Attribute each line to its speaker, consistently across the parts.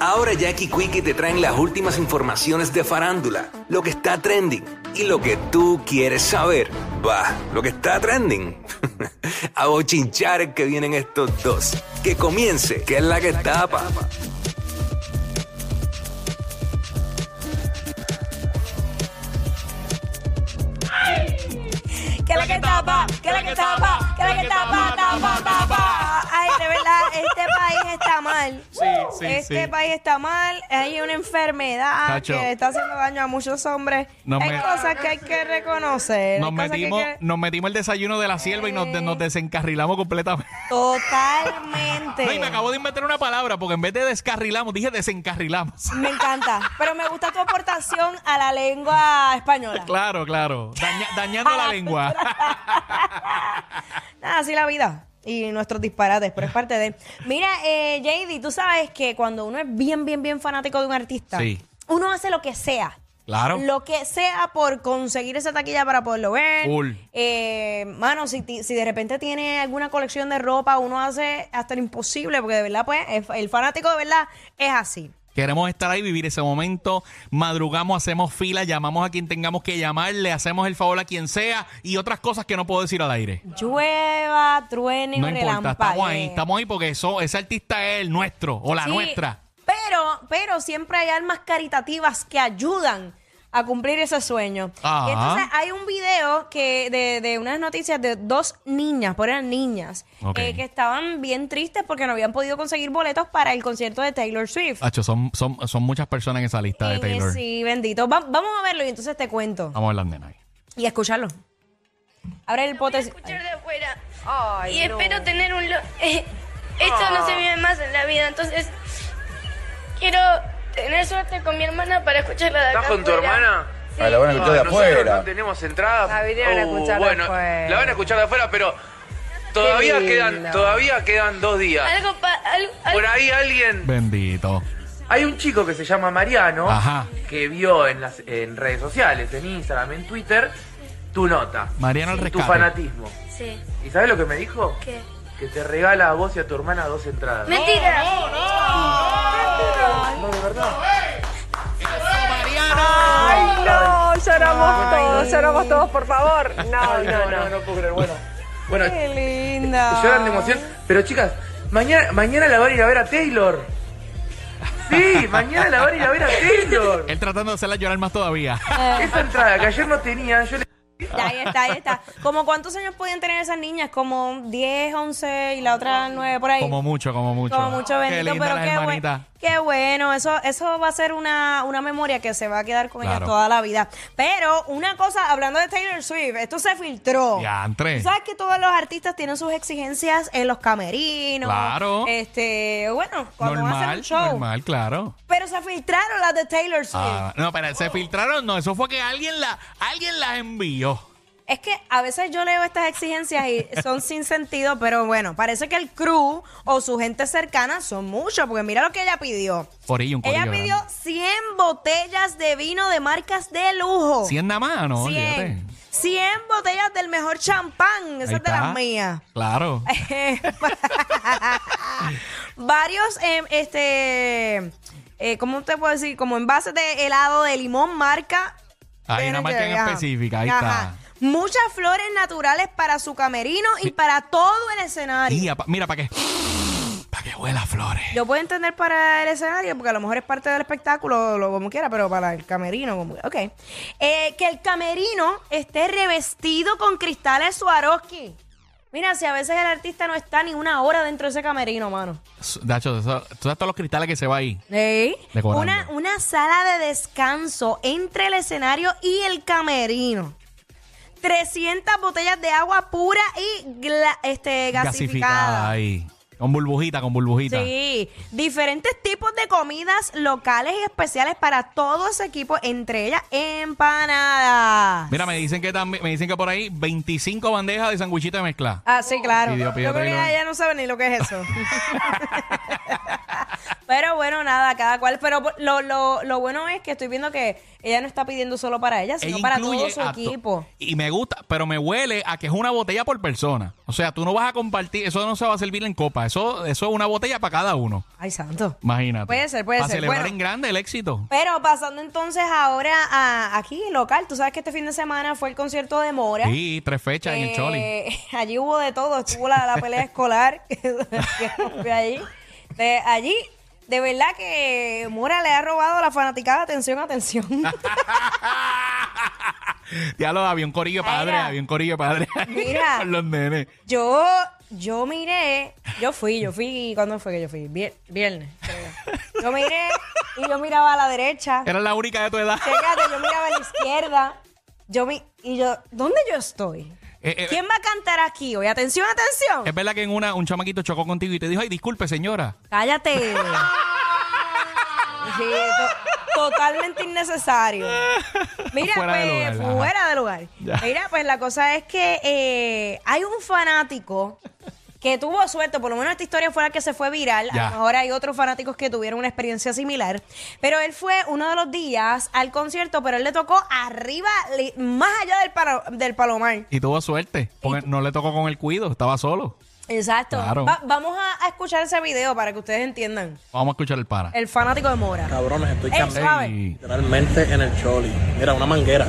Speaker 1: Ahora Jackie Quickie te traen las últimas informaciones de farándula, lo que está trending y lo que tú quieres saber. Va, lo que está trending. A bochinchar que vienen estos dos. Que comience, que es la que tapa.
Speaker 2: que la que tapa, que la que tapa, que la que tapa, tapa, tapa. Ay, de verdad, este país está mal.
Speaker 3: Sí, sí,
Speaker 2: este
Speaker 3: sí.
Speaker 2: país está mal. Hay una enfermedad
Speaker 3: Chacho.
Speaker 2: que le está haciendo daño a muchos hombres.
Speaker 3: Nos
Speaker 2: hay
Speaker 3: me-
Speaker 2: cosas que hay que reconocer.
Speaker 3: Nos
Speaker 2: hay cosas que hay
Speaker 3: metimos,
Speaker 2: que- Eh.
Speaker 3: nos metimos el desayuno de la sierva y nos, de- nos desencarrilamos completamente.
Speaker 2: Totalmente.
Speaker 3: Ay, me acabo de inventar una palabra porque en vez de descarrilamos, dije desencarrilamos.
Speaker 2: Me encanta. Pero me gusta tu aportación a la lengua española.
Speaker 3: Claro, claro. Daña- dañando
Speaker 2: Ah,
Speaker 3: la lengua.
Speaker 2: Nada, así la vida. Y nuestros disparates, pero es parte de. Mira, eh, JD, tú sabes que cuando uno es bien, bien, bien fanático de un artista,
Speaker 3: Sí.
Speaker 2: uno hace lo que sea.
Speaker 3: Claro.
Speaker 2: Lo que sea por conseguir esa taquilla para poderlo ver.
Speaker 3: Full.
Speaker 2: Eh, mano, si, ti- si de repente tiene alguna colección de ropa, uno hace hasta lo imposible, porque de verdad, pues, el, el fanático de verdad es así.
Speaker 3: Queremos estar ahí, vivir ese momento. Madrugamos, hacemos fila, llamamos a quien tengamos que llamar, le hacemos el favor a quien sea y otras cosas que no puedo decir al aire.
Speaker 2: Llueva, truene,
Speaker 3: No importa, estamos ahí,
Speaker 2: relampaguee.
Speaker 3: estamos ahí porque eso, ese artista es el nuestro o la
Speaker 2: Sí,
Speaker 3: nuestra.
Speaker 2: Pero, pero siempre hay almas caritativas que ayudan a cumplir ese sueño.
Speaker 3: Ajá.
Speaker 2: Y entonces hay un video que de, de unas noticias de dos niñas, por eran niñas,
Speaker 3: Ok.
Speaker 2: eh, que estaban bien tristes porque no habían podido conseguir boletos para el concierto de Taylor Swift.
Speaker 3: Hacho, son, son, son muchas personas en esa lista de
Speaker 2: Y
Speaker 3: Taylor.
Speaker 2: Sí, bendito. Va- vamos a verlo y entonces te cuento.
Speaker 3: Vamos a hablar de nadie.
Speaker 2: Y a escucharlo. Abre el
Speaker 4: voy a
Speaker 2: pote.
Speaker 4: escuchar de afuera. y espero tener un... lo- esto no
Speaker 5: Ah.
Speaker 4: se vive más en la vida, entonces quiero tener suerte con mi hermana para escucharla de acá
Speaker 5: ¿Estás con tu
Speaker 4: afuera.
Speaker 5: hermana?
Speaker 6: Ah, la van a escuchar de
Speaker 5: Ay, nosotros
Speaker 6: afuera.
Speaker 5: No tenemos entradas. Uh,
Speaker 7: La vinieron a escuchar de
Speaker 5: bueno,
Speaker 7: afuera.
Speaker 5: la van a escuchar de afuera, pero todavía
Speaker 7: lindo.
Speaker 5: quedan, todavía quedan dos días.
Speaker 4: Algo pa- algo- algo-
Speaker 5: Por ahí alguien.
Speaker 3: Bendito.
Speaker 5: Hay un chico que se llama Mariano
Speaker 3: Ajá.
Speaker 5: que vio en las en redes sociales, en Instagram, en Twitter, tu nota.
Speaker 3: Mariano al
Speaker 5: y tu
Speaker 3: rescate.
Speaker 5: fanatismo.
Speaker 4: Sí.
Speaker 5: ¿Y sabes lo que me dijo?
Speaker 4: ¿Qué?
Speaker 5: Que te regala a vos y a tu hermana dos entradas.
Speaker 4: Mentira.
Speaker 5: No, de verdad.
Speaker 7: Ay, no, lloramos todos, lloramos todos, por favor. No, no, no.
Speaker 5: no puedo creer. Bueno, bueno
Speaker 2: Qué linda.
Speaker 5: lloran de emoción. Pero chicas, mañana, mañana la van a ir a ver a Taylor. Sí, mañana la van a ir a ver a Taylor.
Speaker 3: Él tratando de hacerla llorar más todavía.
Speaker 5: Esa entrada que ayer no tenían, yo le...
Speaker 2: Ahí está, ahí está. ¿Cómo cuántos años podían tener esas niñas? Como 10, 11 y la otra 9 por ahí.
Speaker 3: como mucho, como mucho.
Speaker 2: Como mucho
Speaker 3: Qué
Speaker 2: bendito,
Speaker 3: linda
Speaker 2: pero
Speaker 3: las
Speaker 2: qué
Speaker 3: hermanitas.
Speaker 2: bueno. Qué bueno, eso, eso va a ser una, una memoria que se va a quedar con
Speaker 3: Claro.
Speaker 2: ella toda la vida. Pero una cosa, hablando de Taylor Swift, esto se filtró.
Speaker 3: Diantre.
Speaker 2: Tú sabes que todos los artistas tienen sus exigencias en los camerinos.
Speaker 3: Claro.
Speaker 2: Este, bueno, cuando van a hacer
Speaker 3: Normal,
Speaker 2: un show.
Speaker 3: normal, claro.
Speaker 2: Pero se filtraron las de Taylor Swift.
Speaker 3: Ah, no, pero se filtraron, no, eso fue que alguien la, alguien las envió.
Speaker 2: Es que a veces yo leo estas exigencias y son sin sentido, pero bueno, parece que el crew o su gente cercana son muchos, porque mira lo que ella pidió.
Speaker 3: Por ello, un
Speaker 2: Ella
Speaker 3: corillo
Speaker 2: pidió
Speaker 3: grande.
Speaker 2: 100 botellas de vino de marcas de lujo.
Speaker 3: 100 nada más, ¿no?
Speaker 2: 100.
Speaker 3: Olvídate.
Speaker 2: 100 botellas del mejor champán.
Speaker 3: Ahí
Speaker 2: Esa es de
Speaker 3: está.
Speaker 2: las mías.
Speaker 3: Claro.
Speaker 2: Varios, eh, este, eh, ¿cómo te puedo decir? Como envases de helado de limón, marca.
Speaker 3: Hay una marca en
Speaker 2: Ajá.
Speaker 3: específica, ahí
Speaker 2: Ajá. Muchas flores naturales para su camerino y para todo el escenario.
Speaker 3: Y apa- mira, para que, para que huela a flores.
Speaker 2: Yo puedo entender para el escenario, porque a lo mejor es parte del espectáculo, lo como quiera, pero para el camerino, como Ok. Eh, que el camerino esté revestido con cristales Swarovski. Mira, si a veces el artista no está ni una hora dentro de ese camerino, mano.
Speaker 3: S- Dacho, eso- tú sabes todos los cristales que se va ahí.
Speaker 2: ¿Eh?
Speaker 3: Decorando.
Speaker 2: Una, una sala de descanso entre el escenario y el camerino. 300 botellas de agua pura y gla- este, gasificada.
Speaker 3: ahí. Con burbujita, con burbujita.
Speaker 2: Sí, diferentes tipos de comidas locales y especiales para todo ese equipo, entre ellas empanadas.
Speaker 3: Mira, me dicen que también, me dicen que por ahí 25 bandejas de sanguichito de mezcla.
Speaker 2: Ah, sí, claro.
Speaker 3: Sí, Dios,
Speaker 2: Yo creo
Speaker 3: pídete
Speaker 2: que
Speaker 3: que no-
Speaker 2: ella no sabe ni lo que es eso. Pero bueno, nada, cada cual. Pero lo, lo, lo bueno es que estoy viendo que Ella no está pidiendo solo para ella, sino
Speaker 3: Ella
Speaker 2: para
Speaker 3: E incluye
Speaker 2: todo su
Speaker 3: a to-
Speaker 2: equipo.
Speaker 3: Y me gusta, pero me huele a que es una botella por persona. O sea, tú no vas a compartir, eso no se va a servir en copa, eso, eso es una botella para cada uno.
Speaker 2: Ay, santo.
Speaker 3: Imagínate.
Speaker 2: Puede ser, puede
Speaker 3: Para
Speaker 2: ser.
Speaker 3: celebrar
Speaker 2: Bueno.
Speaker 3: en grande el éxito.
Speaker 2: Pero pasando entonces ahora a aquí, local. Tú sabes que este fin de semana fue el concierto de Mora.
Speaker 3: Sí, tres fechas en el Choli.
Speaker 2: Eh, allí hubo de todo, estuvo la, la pelea escolar que, que fue allí. De, allí, de verdad que Mora le ha robado a la fanaticada atención, atención.
Speaker 3: Ya lo había un corillo padre,
Speaker 2: Mira.
Speaker 3: había un corillo padre.
Speaker 2: Mira.
Speaker 3: Con los nenes.
Speaker 2: Yo, yo miré, yo fui, yo fui, ¿cuándo fue que yo fui? Vier- viernes, creo. Yo miré y yo miraba a la derecha.
Speaker 3: Era la única de tu edad.
Speaker 2: Fíjate, yo miraba a la izquierda. Yo mi, y yo, ¿dónde yo estoy?
Speaker 3: Eh, eh,
Speaker 2: ¿Quién va a cantar aquí hoy? Atención, atención.
Speaker 3: Es verdad que en una un chamaquito chocó contigo y te dijo, ay, disculpe, señora.
Speaker 2: Cállate. Sí, to- totalmente innecesario. Mira,
Speaker 3: Fuera de
Speaker 2: pues,
Speaker 3: lugar, ajá.
Speaker 2: fuera de lugar.
Speaker 3: Ya.
Speaker 2: Mira, pues la cosa es que eh, hay un fanático que tuvo suerte, por lo menos esta historia fue la que se fue viral. A
Speaker 3: Ya.
Speaker 2: lo mejor hay otros fanáticos que tuvieron una experiencia similar. Pero él fue uno de los días al concierto, pero él le tocó arriba, li- más allá del, paro- del palomar.
Speaker 3: Y tuvo suerte, porque no le tocó con el cuido, estaba solo.
Speaker 2: Exacto.
Speaker 3: Claro.
Speaker 2: Va- vamos a- a escuchar ese video para que ustedes entiendan.
Speaker 3: Vamos a escuchar el para.
Speaker 2: El fanático de Mora.
Speaker 6: Cabrones, estoy
Speaker 2: Ey,
Speaker 6: cambiando
Speaker 2: suave.
Speaker 3: Ey.
Speaker 6: literalmente en el choli. Mira, una manguera.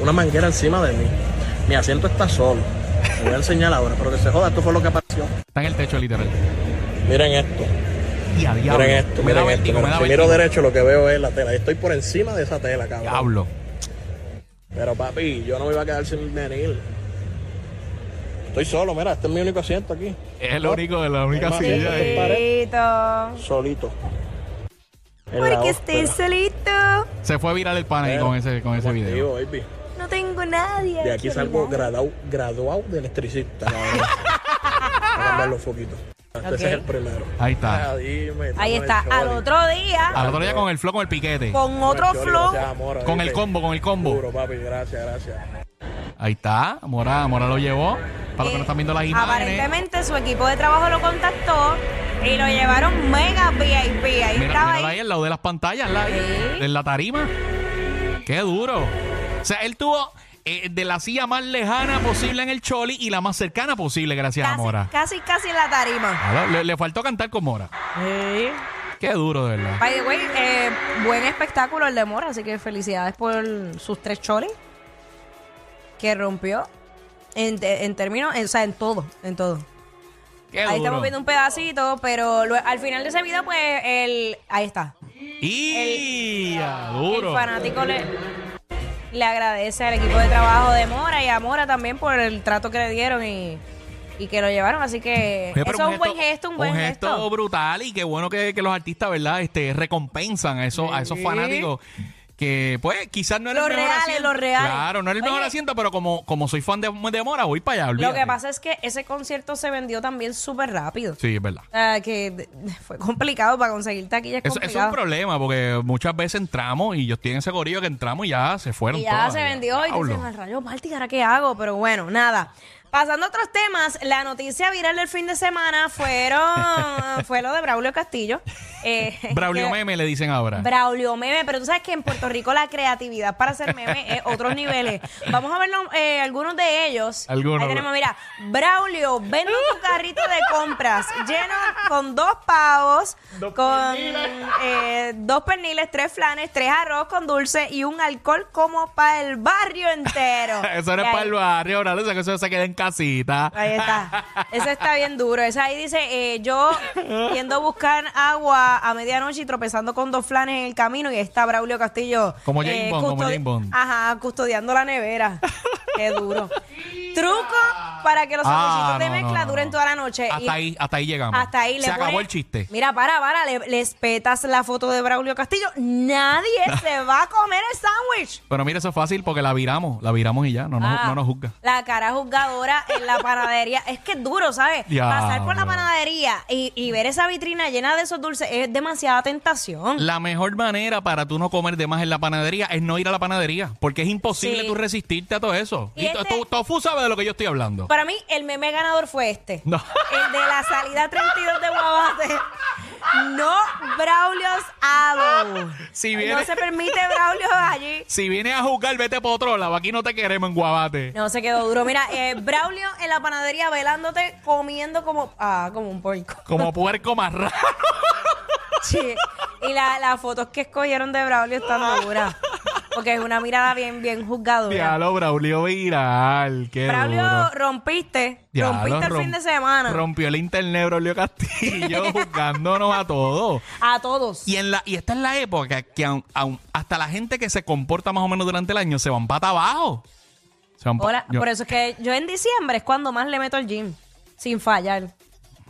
Speaker 6: Una manguera encima de mí. Mi asiento está solo. Te voy a enseñar ahora, pero que se joda, esto fue lo que apareció.
Speaker 3: Está en el techo, literal.
Speaker 6: Miren esto,
Speaker 3: Y a diablo.
Speaker 6: miren esto,
Speaker 3: Me da
Speaker 6: miren esto.
Speaker 3: vértigo, me
Speaker 6: Mira,
Speaker 3: da
Speaker 6: Si miro
Speaker 3: vértigo.
Speaker 6: derecho lo que veo es la tela. Yo Estoy por encima de esa tela, cabrón.
Speaker 3: Diablo.
Speaker 6: Pero papi, yo no me iba a quedar sin venir. Estoy solo, mira, este es mi único asiento aquí.
Speaker 3: Es el único de la única
Speaker 6: Además,
Speaker 3: silla.
Speaker 6: esto es
Speaker 3: ahí.
Speaker 2: Solito.
Speaker 6: pared, Solito. En la
Speaker 2: Porque
Speaker 6: ópera.
Speaker 2: estoy solito.
Speaker 3: Se fue viral el pana ahí con ese, con ese
Speaker 6: Como
Speaker 3: video.
Speaker 6: activo, baby.
Speaker 2: No tengo nadie.
Speaker 6: De aquí salgo graduado, graduado de electricista. cabrón. Para cambiar los foquitos. Este
Speaker 2: Ok.
Speaker 6: es el primero.
Speaker 3: Ahí está.
Speaker 6: Ah, dime, estamos
Speaker 2: Ahí
Speaker 6: en
Speaker 2: está.
Speaker 6: el
Speaker 2: Al
Speaker 6: choli.
Speaker 2: otro día,
Speaker 3: Al otro día con el flow, con el piquete.
Speaker 2: con
Speaker 6: Estamos en el
Speaker 2: otro
Speaker 6: choli,
Speaker 2: flow.
Speaker 6: gracias, amor,
Speaker 3: Con el
Speaker 6: ¿viste?
Speaker 3: combo, con el combo.
Speaker 6: Duro, papi, gracias, gracias.
Speaker 3: Ahí está. Mora, Mora lo llevó. Para los que
Speaker 2: eh,
Speaker 3: no están viendo las imágenes.
Speaker 2: Aparentemente su equipo de trabajo lo contactó y lo llevaron mega VIP. Ahí
Speaker 3: Mira,
Speaker 2: estaba
Speaker 3: míralo ahí
Speaker 2: ahí.
Speaker 3: al lado de las pantallas, al lado ahí,
Speaker 2: Sí.
Speaker 3: de la tarima. Qué duro. O sea, él tuvo eh, de la silla más lejana posible en el Choli y la más cercana posible, gracias a Mora.
Speaker 2: Casi, casi, casi en la tarima.
Speaker 3: Claro, Le, le faltó cantar con Mora.
Speaker 2: Sí.
Speaker 3: Qué duro, de verdad.
Speaker 2: By the way, eh, buen espectáculo el de Mora, así que felicidades por sus tres cholis que rompió en, te- en términos, en- o sea, en todo, en todo.
Speaker 3: Qué
Speaker 2: Ahí
Speaker 3: duro.
Speaker 2: estamos viendo un pedacito, pero lue- al final de ese video, pues, el, ahí está.
Speaker 3: Y ah,
Speaker 2: El
Speaker 3: duro.
Speaker 2: fanático le, le agradece al equipo de trabajo de Mora y a Mora también por el trato que le dieron y, y que lo llevaron. Así que
Speaker 3: Oye,
Speaker 2: eso
Speaker 3: pero
Speaker 2: es un buen gesto, un buen gesto.
Speaker 3: brutal y qué bueno que, que los artistas, ¿verdad? Este, recompensan a esos, a esos fanáticos que, pues, quizás no era
Speaker 2: Los
Speaker 3: el mejor
Speaker 2: reales,
Speaker 3: asiento.
Speaker 2: los reales.
Speaker 3: Claro, no era el mejor
Speaker 2: Oye.
Speaker 3: asiento, pero como, como soy fan de, de Mora, voy para allá,
Speaker 2: Lo
Speaker 3: olvídate.
Speaker 2: que pasa es que ese concierto se vendió también súper rápido.
Speaker 3: Sí, es verdad.
Speaker 2: O sea, que de- fue complicado para conseguir taquillas.
Speaker 3: Eso, eso es
Speaker 2: complicado.
Speaker 3: un problema porque muchas veces entramos y yo estoy en ese gorillo que entramos y ya se fueron
Speaker 2: Y ya
Speaker 3: todas.
Speaker 2: se vendió y tú dices,
Speaker 3: Diablo.
Speaker 2: "Al rayo Marti, ¿ahora qué hago? Pero bueno, nada. Pasando a otros temas, la noticia viral del fin de semana fueron fue lo de Braulio Castillo. Eh,
Speaker 3: Braulio
Speaker 2: que-
Speaker 3: Meme le dicen ahora.
Speaker 2: Braulio Meme, pero tú sabes que en Puerto Rico la creatividad para hacer memes es otros niveles. Vamos a ver lo- eh, algunos de ellos.
Speaker 3: Algunos.
Speaker 2: Ahí tenemos, mira, Braulio, vendo tu carrito de compras lleno con dos pavos, con eh, dos perniles, tres flanes, tres arroz con dulce y un alcohol como para el barrio entero.
Speaker 3: eso no
Speaker 2: Y
Speaker 3: es
Speaker 2: ahí-
Speaker 3: para el barrio, ahora que eso se queda en casita.
Speaker 2: Ahí está. Eso está bien duro. Esa ahí dice, eh, yo yendo a buscar agua a medianoche y tropezando con dos flanes en el camino y está Braulio Castillo. eh,
Speaker 3: Como Jane Bond, como
Speaker 2: custodi-
Speaker 3: Jane Bond.
Speaker 2: Ajá, custodiando la nevera. Qué duro. Truco para que los
Speaker 3: Ah,
Speaker 2: sanduichitos de
Speaker 3: no, no,
Speaker 2: mezcla
Speaker 3: no,
Speaker 2: duren
Speaker 3: no.
Speaker 2: toda la noche.
Speaker 3: Hasta
Speaker 2: Eh, Y-
Speaker 3: ahí, hasta ahí llegamos.
Speaker 2: Hasta ahí le
Speaker 3: Se acabó
Speaker 2: pones-
Speaker 3: el chiste.
Speaker 2: Mira, para, para, le, le espetas la foto de Braulio Castillo. Nadie se va a comer el sándwich.
Speaker 3: Pero mira, eso es fácil porque la viramos, la viramos y ya, no, nos-
Speaker 2: Ah,
Speaker 3: no nos juzga.
Speaker 2: La cara juzgadora en la panadería. es que es duro, ¿sabes?
Speaker 3: Ya,
Speaker 2: Pasar por la
Speaker 3: bro.
Speaker 2: panadería y, y ver esa vitrina llena de esos dulces es demasiada tentación.
Speaker 3: La mejor manera para tú no comer de más en la panadería es no ir a la panadería, porque es imposible
Speaker 2: Sí.
Speaker 3: tú resistirte a todo eso.
Speaker 2: Y
Speaker 3: Y,
Speaker 2: este-
Speaker 3: to- Tofu sabe de lo que yo estoy hablando.
Speaker 2: Para mí, el meme ganador fue este.
Speaker 3: No.
Speaker 2: El de la salida 32 de Guabate. No Braulio los amo.
Speaker 3: Si
Speaker 2: No
Speaker 3: viene-
Speaker 2: se permite Braulio allí.
Speaker 3: Si vienes a jugar, vete para otro lado. Aquí no te queremos en Guabate.
Speaker 2: No, se quedó duro. Mira, eh, Braulio en la panadería velándote, comiendo como, ah, como un porco.
Speaker 3: Como puerco marrano.
Speaker 2: Sí. Y la- las fotos que escogieron de Braulio están duras. Porque es una mirada bien, bien juzgadora.
Speaker 3: Diablo, Braulio Viral. Qué
Speaker 2: Braulio,
Speaker 3: duro.
Speaker 2: rompiste.
Speaker 3: Diablo,
Speaker 2: rompiste el
Speaker 3: rom-
Speaker 2: fin de semana.
Speaker 3: Rompió el internet, Braulio Castillo, juzgándonos a todos.
Speaker 2: A todos.
Speaker 3: Y, en la, y esta es la época que aun- aun- hasta la gente que se comporta más o menos durante el año se van pata abajo. Se van pa-
Speaker 2: Hola,
Speaker 3: yo-
Speaker 2: por eso es que yo en diciembre es cuando más le meto al gym, sin fallar.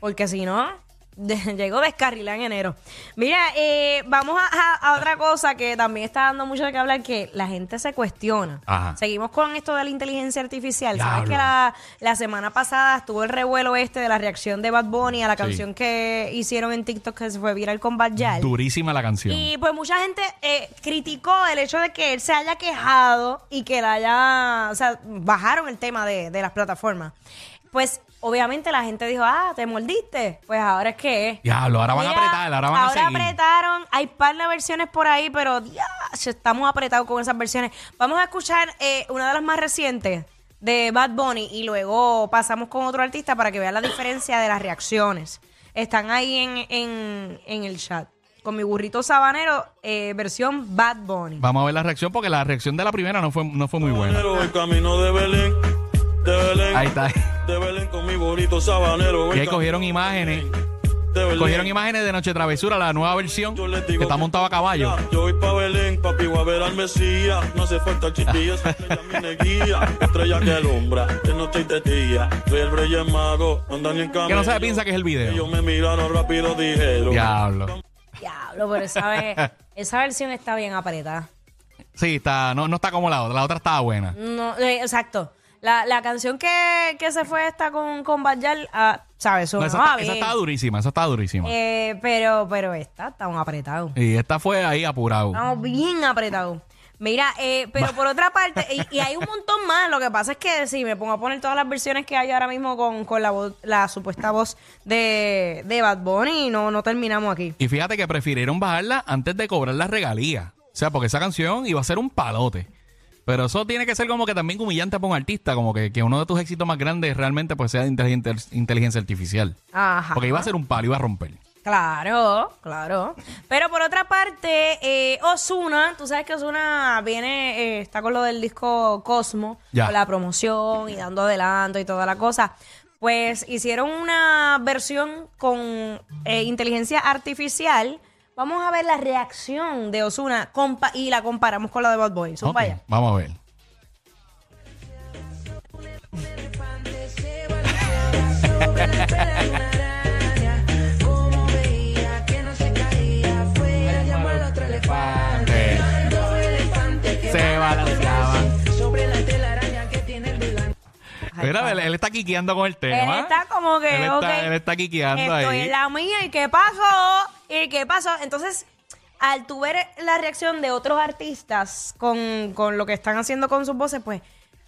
Speaker 2: Porque si no, de- llego descarrilada en enero. Mira, eh, vamos a, a- a otra cosa que también está dando mucho de qué hablar, que la gente se cuestiona.
Speaker 3: Ajá.
Speaker 2: Seguimos con esto de la inteligencia artificial. ¿Sabes
Speaker 3: Diablo.
Speaker 2: que la, la semana pasada estuvo el revuelo este de la reacción de Bad Bunny a la canción que hicieron en TikTok que se fue viral con Bad Gyal?
Speaker 3: Durísima la canción.
Speaker 2: Y pues mucha gente eh, criticó el hecho de que él se haya quejado y que la haya, o sea, bajaron el tema de, de las plataformas. Pues obviamente la gente dijo, ah, te mordiste. Pues ahora es que es.
Speaker 3: Diablo, ahora van a
Speaker 2: Mira,
Speaker 3: apretar, ahora van a seguir.
Speaker 2: apretaron, hay par de versiones por ahí, pero ya, estamos apretados con esas versiones. Vamos a escuchar eh, una de las más recientes de Bad Bunny y luego pasamos con otro artista para que vean la diferencia de las reacciones. Están ahí en, en- en el chat. Con mi burrito sabanero, eh, versión Bad Bunny.
Speaker 3: Vamos a ver la reacción porque la reacción de la primera no fue, no fue muy buena.
Speaker 8: Voy camino de Belén, de Belén,
Speaker 3: Ahí está.
Speaker 8: de Belén con mi bonito sabanero.
Speaker 3: Y
Speaker 8: Voy
Speaker 3: ahí cogieron imágenes.
Speaker 8: camino de Belén.
Speaker 3: Cogieron imágenes de Noche Travesura, la nueva versión,
Speaker 8: Yo les
Speaker 3: que
Speaker 8: digo
Speaker 3: está montado a caballo.
Speaker 8: Yo voy pa' Belén, papi, voy a ver al Mesías. No hace falta el chitillo, esa estrella es mi neguía. Estrella que alumbra, de noche y de día. Soy el rey el mago, andan en camino.
Speaker 3: Que no se piensa que es el video.
Speaker 8: Ellos me miraron rápido, dijeron.
Speaker 3: Diablo.
Speaker 2: Diablo, pero esa, ve- esa versión está bien apretada.
Speaker 3: Sí, está, no, no está como la otra. La otra estaba buena.
Speaker 2: No, eh, exacto. La, la canción que, que se fue esta con, con Bad Gyal, ah, ¿sabes?
Speaker 3: No, esa,
Speaker 2: Sonaba
Speaker 3: está- esa
Speaker 2: bien.
Speaker 3: estaba durísima, esa estaba durísima.
Speaker 2: Eh, pero, pero esta, estamos apretados.
Speaker 3: Y esta fue ahí apurado.
Speaker 2: Estamos bien apretados. Mira, eh, pero por otra parte, y, y hay un montón más. Lo que pasa es que si me pongo a poner todas las versiones que hay ahora mismo con, con la, voz- la supuesta voz de, de Bad Bunny, no, no terminamos aquí.
Speaker 3: Y fíjate que prefirieron bajarla antes de cobrar las regalías. O sea, porque esa canción iba a ser un palote. Pero eso tiene que ser como que también humillante para un artista, como que, que uno de tus éxitos más grandes realmente pues sea de inteligencia, inteligencia artificial.
Speaker 2: Ajá.
Speaker 3: Porque iba a ser un palo, iba a romper.
Speaker 2: Claro, claro. Pero por otra parte, eh, Osuna, tú sabes que Osuna viene, eh, está con lo del disco Cosmo,
Speaker 3: Ya.
Speaker 2: con la promoción y dando adelanto y toda la cosa. Pues hicieron una versión con eh, inteligencia artificial. Vamos a ver la reacción de Osuna y la comparamos con la de Bad Boy. Zumba
Speaker 3: Ok,
Speaker 2: allá.
Speaker 3: Vamos a ver. Se balanceaban. Mira, él, él está quiqueando con el tema.
Speaker 2: Él está como que,
Speaker 3: Él está,
Speaker 2: ok,
Speaker 3: él está quiqueando
Speaker 2: estoy
Speaker 3: ahí.
Speaker 2: en la mía, ¿y qué pasó? ¿Y qué pasó? Entonces, al tú ver la reacción de otros artistas con, con lo que están haciendo con sus voces, pues,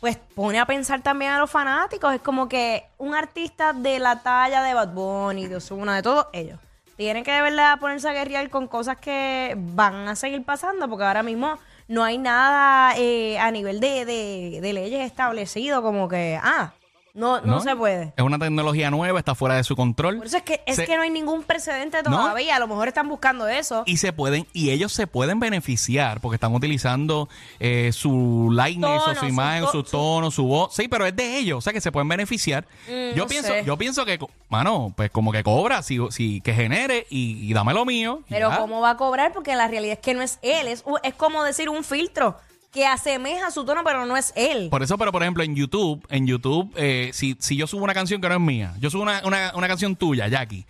Speaker 2: pues pone a pensar también a los fanáticos. Es como que un artista de la talla de Bad Bunny, de Ozuna, de todos ellos, tienen que de verdad ponerse a guerrear con cosas que van a seguir pasando, porque ahora mismo no hay nada eh, a nivel de, de- de leyes establecido como que, ah, no, no se puede.
Speaker 3: Es una tecnología nueva, está fuera de su control.
Speaker 2: Por eso es que es
Speaker 3: Se-
Speaker 2: que no hay ningún precedente
Speaker 3: ¿No?
Speaker 2: todavía. A lo mejor están buscando eso.
Speaker 3: y se pueden y ellos se pueden beneficiar porque están utilizando eh, su lightness
Speaker 2: Tono,
Speaker 3: o
Speaker 2: su
Speaker 3: su imagen,
Speaker 2: to-
Speaker 3: su,
Speaker 2: su-
Speaker 3: tono, su voz. Sí, pero es de ellos, o sea que se pueden beneficiar.
Speaker 2: Mm,
Speaker 3: yo
Speaker 2: no
Speaker 3: pienso,
Speaker 2: sé.
Speaker 3: yo pienso que co- mano, pues como que cobra, si, si que genere y, y dame lo mío. y
Speaker 2: Pero
Speaker 3: ya.
Speaker 2: ¿cómo va a cobrar? Porque la realidad es que no es él. Es, u- es como decir un filtro que asemeja su tono, pero no es él.
Speaker 3: Por eso, pero por ejemplo, en YouTube, en YouTube, eh, si, si yo subo una canción que no es mía, yo subo una, una- una canción tuya, Jackie,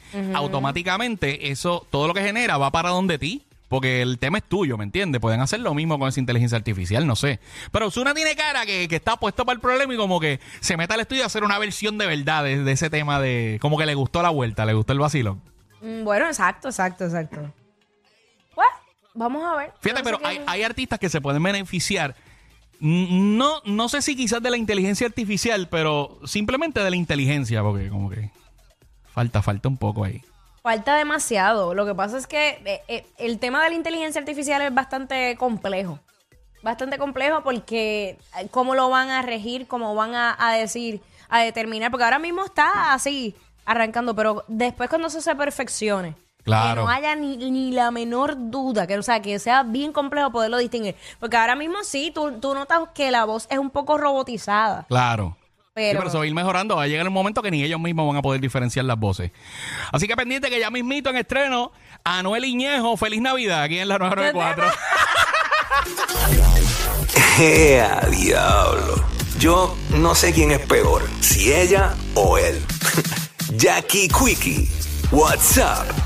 Speaker 3: automáticamente eso, todo lo que genera va para donde ti. Porque el tema es tuyo, ¿me entiendes? Pueden hacer lo mismo con esa inteligencia artificial, no sé. Pero Osuna tiene cara que, que está puesto para el problema y como que se mete al estudio a hacer una versión de verdad de, de ese tema de... Como que le gustó la vuelta, le gustó el vacilón.
Speaker 2: Mm, Bueno, exacto, exacto, exacto. Pues, vamos a ver.
Speaker 3: Fíjate,
Speaker 2: No sé
Speaker 3: pero
Speaker 2: qué-
Speaker 3: hay, hay artistas que se pueden beneficiar. N- No, no sé si quizás de la inteligencia artificial, pero simplemente de la inteligencia, porque como que falta, falta un poco ahí.
Speaker 2: Falta demasiado. Lo que pasa es que eh, eh, el tema de la inteligencia artificial es bastante complejo. Bastante complejo porque eh, cómo lo van a regir, cómo van a, a decir, a determinar. Porque ahora mismo está así, arrancando, pero después cuando eso se perfeccione.
Speaker 3: Claro.
Speaker 2: Que no haya ni, ni la menor duda, que, o sea, que sea bien complejo poderlo distinguir. Porque ahora mismo sí, tú, tú notas que la voz es un poco robotizada.
Speaker 3: Claro. Pero,
Speaker 2: Pero-
Speaker 3: pero eso va a ir mejorando. Va a llegar un momento que ni ellos mismos van a poder diferenciar las voces. Así que pendiente que ya mismito en estreno, Anuel Iñejo, feliz Navidad aquí en la 994.
Speaker 1: ¡Ea, ¡Eh, diablo! Yo no sé quién es peor, si ella o él. Jackie Quickie, what's up?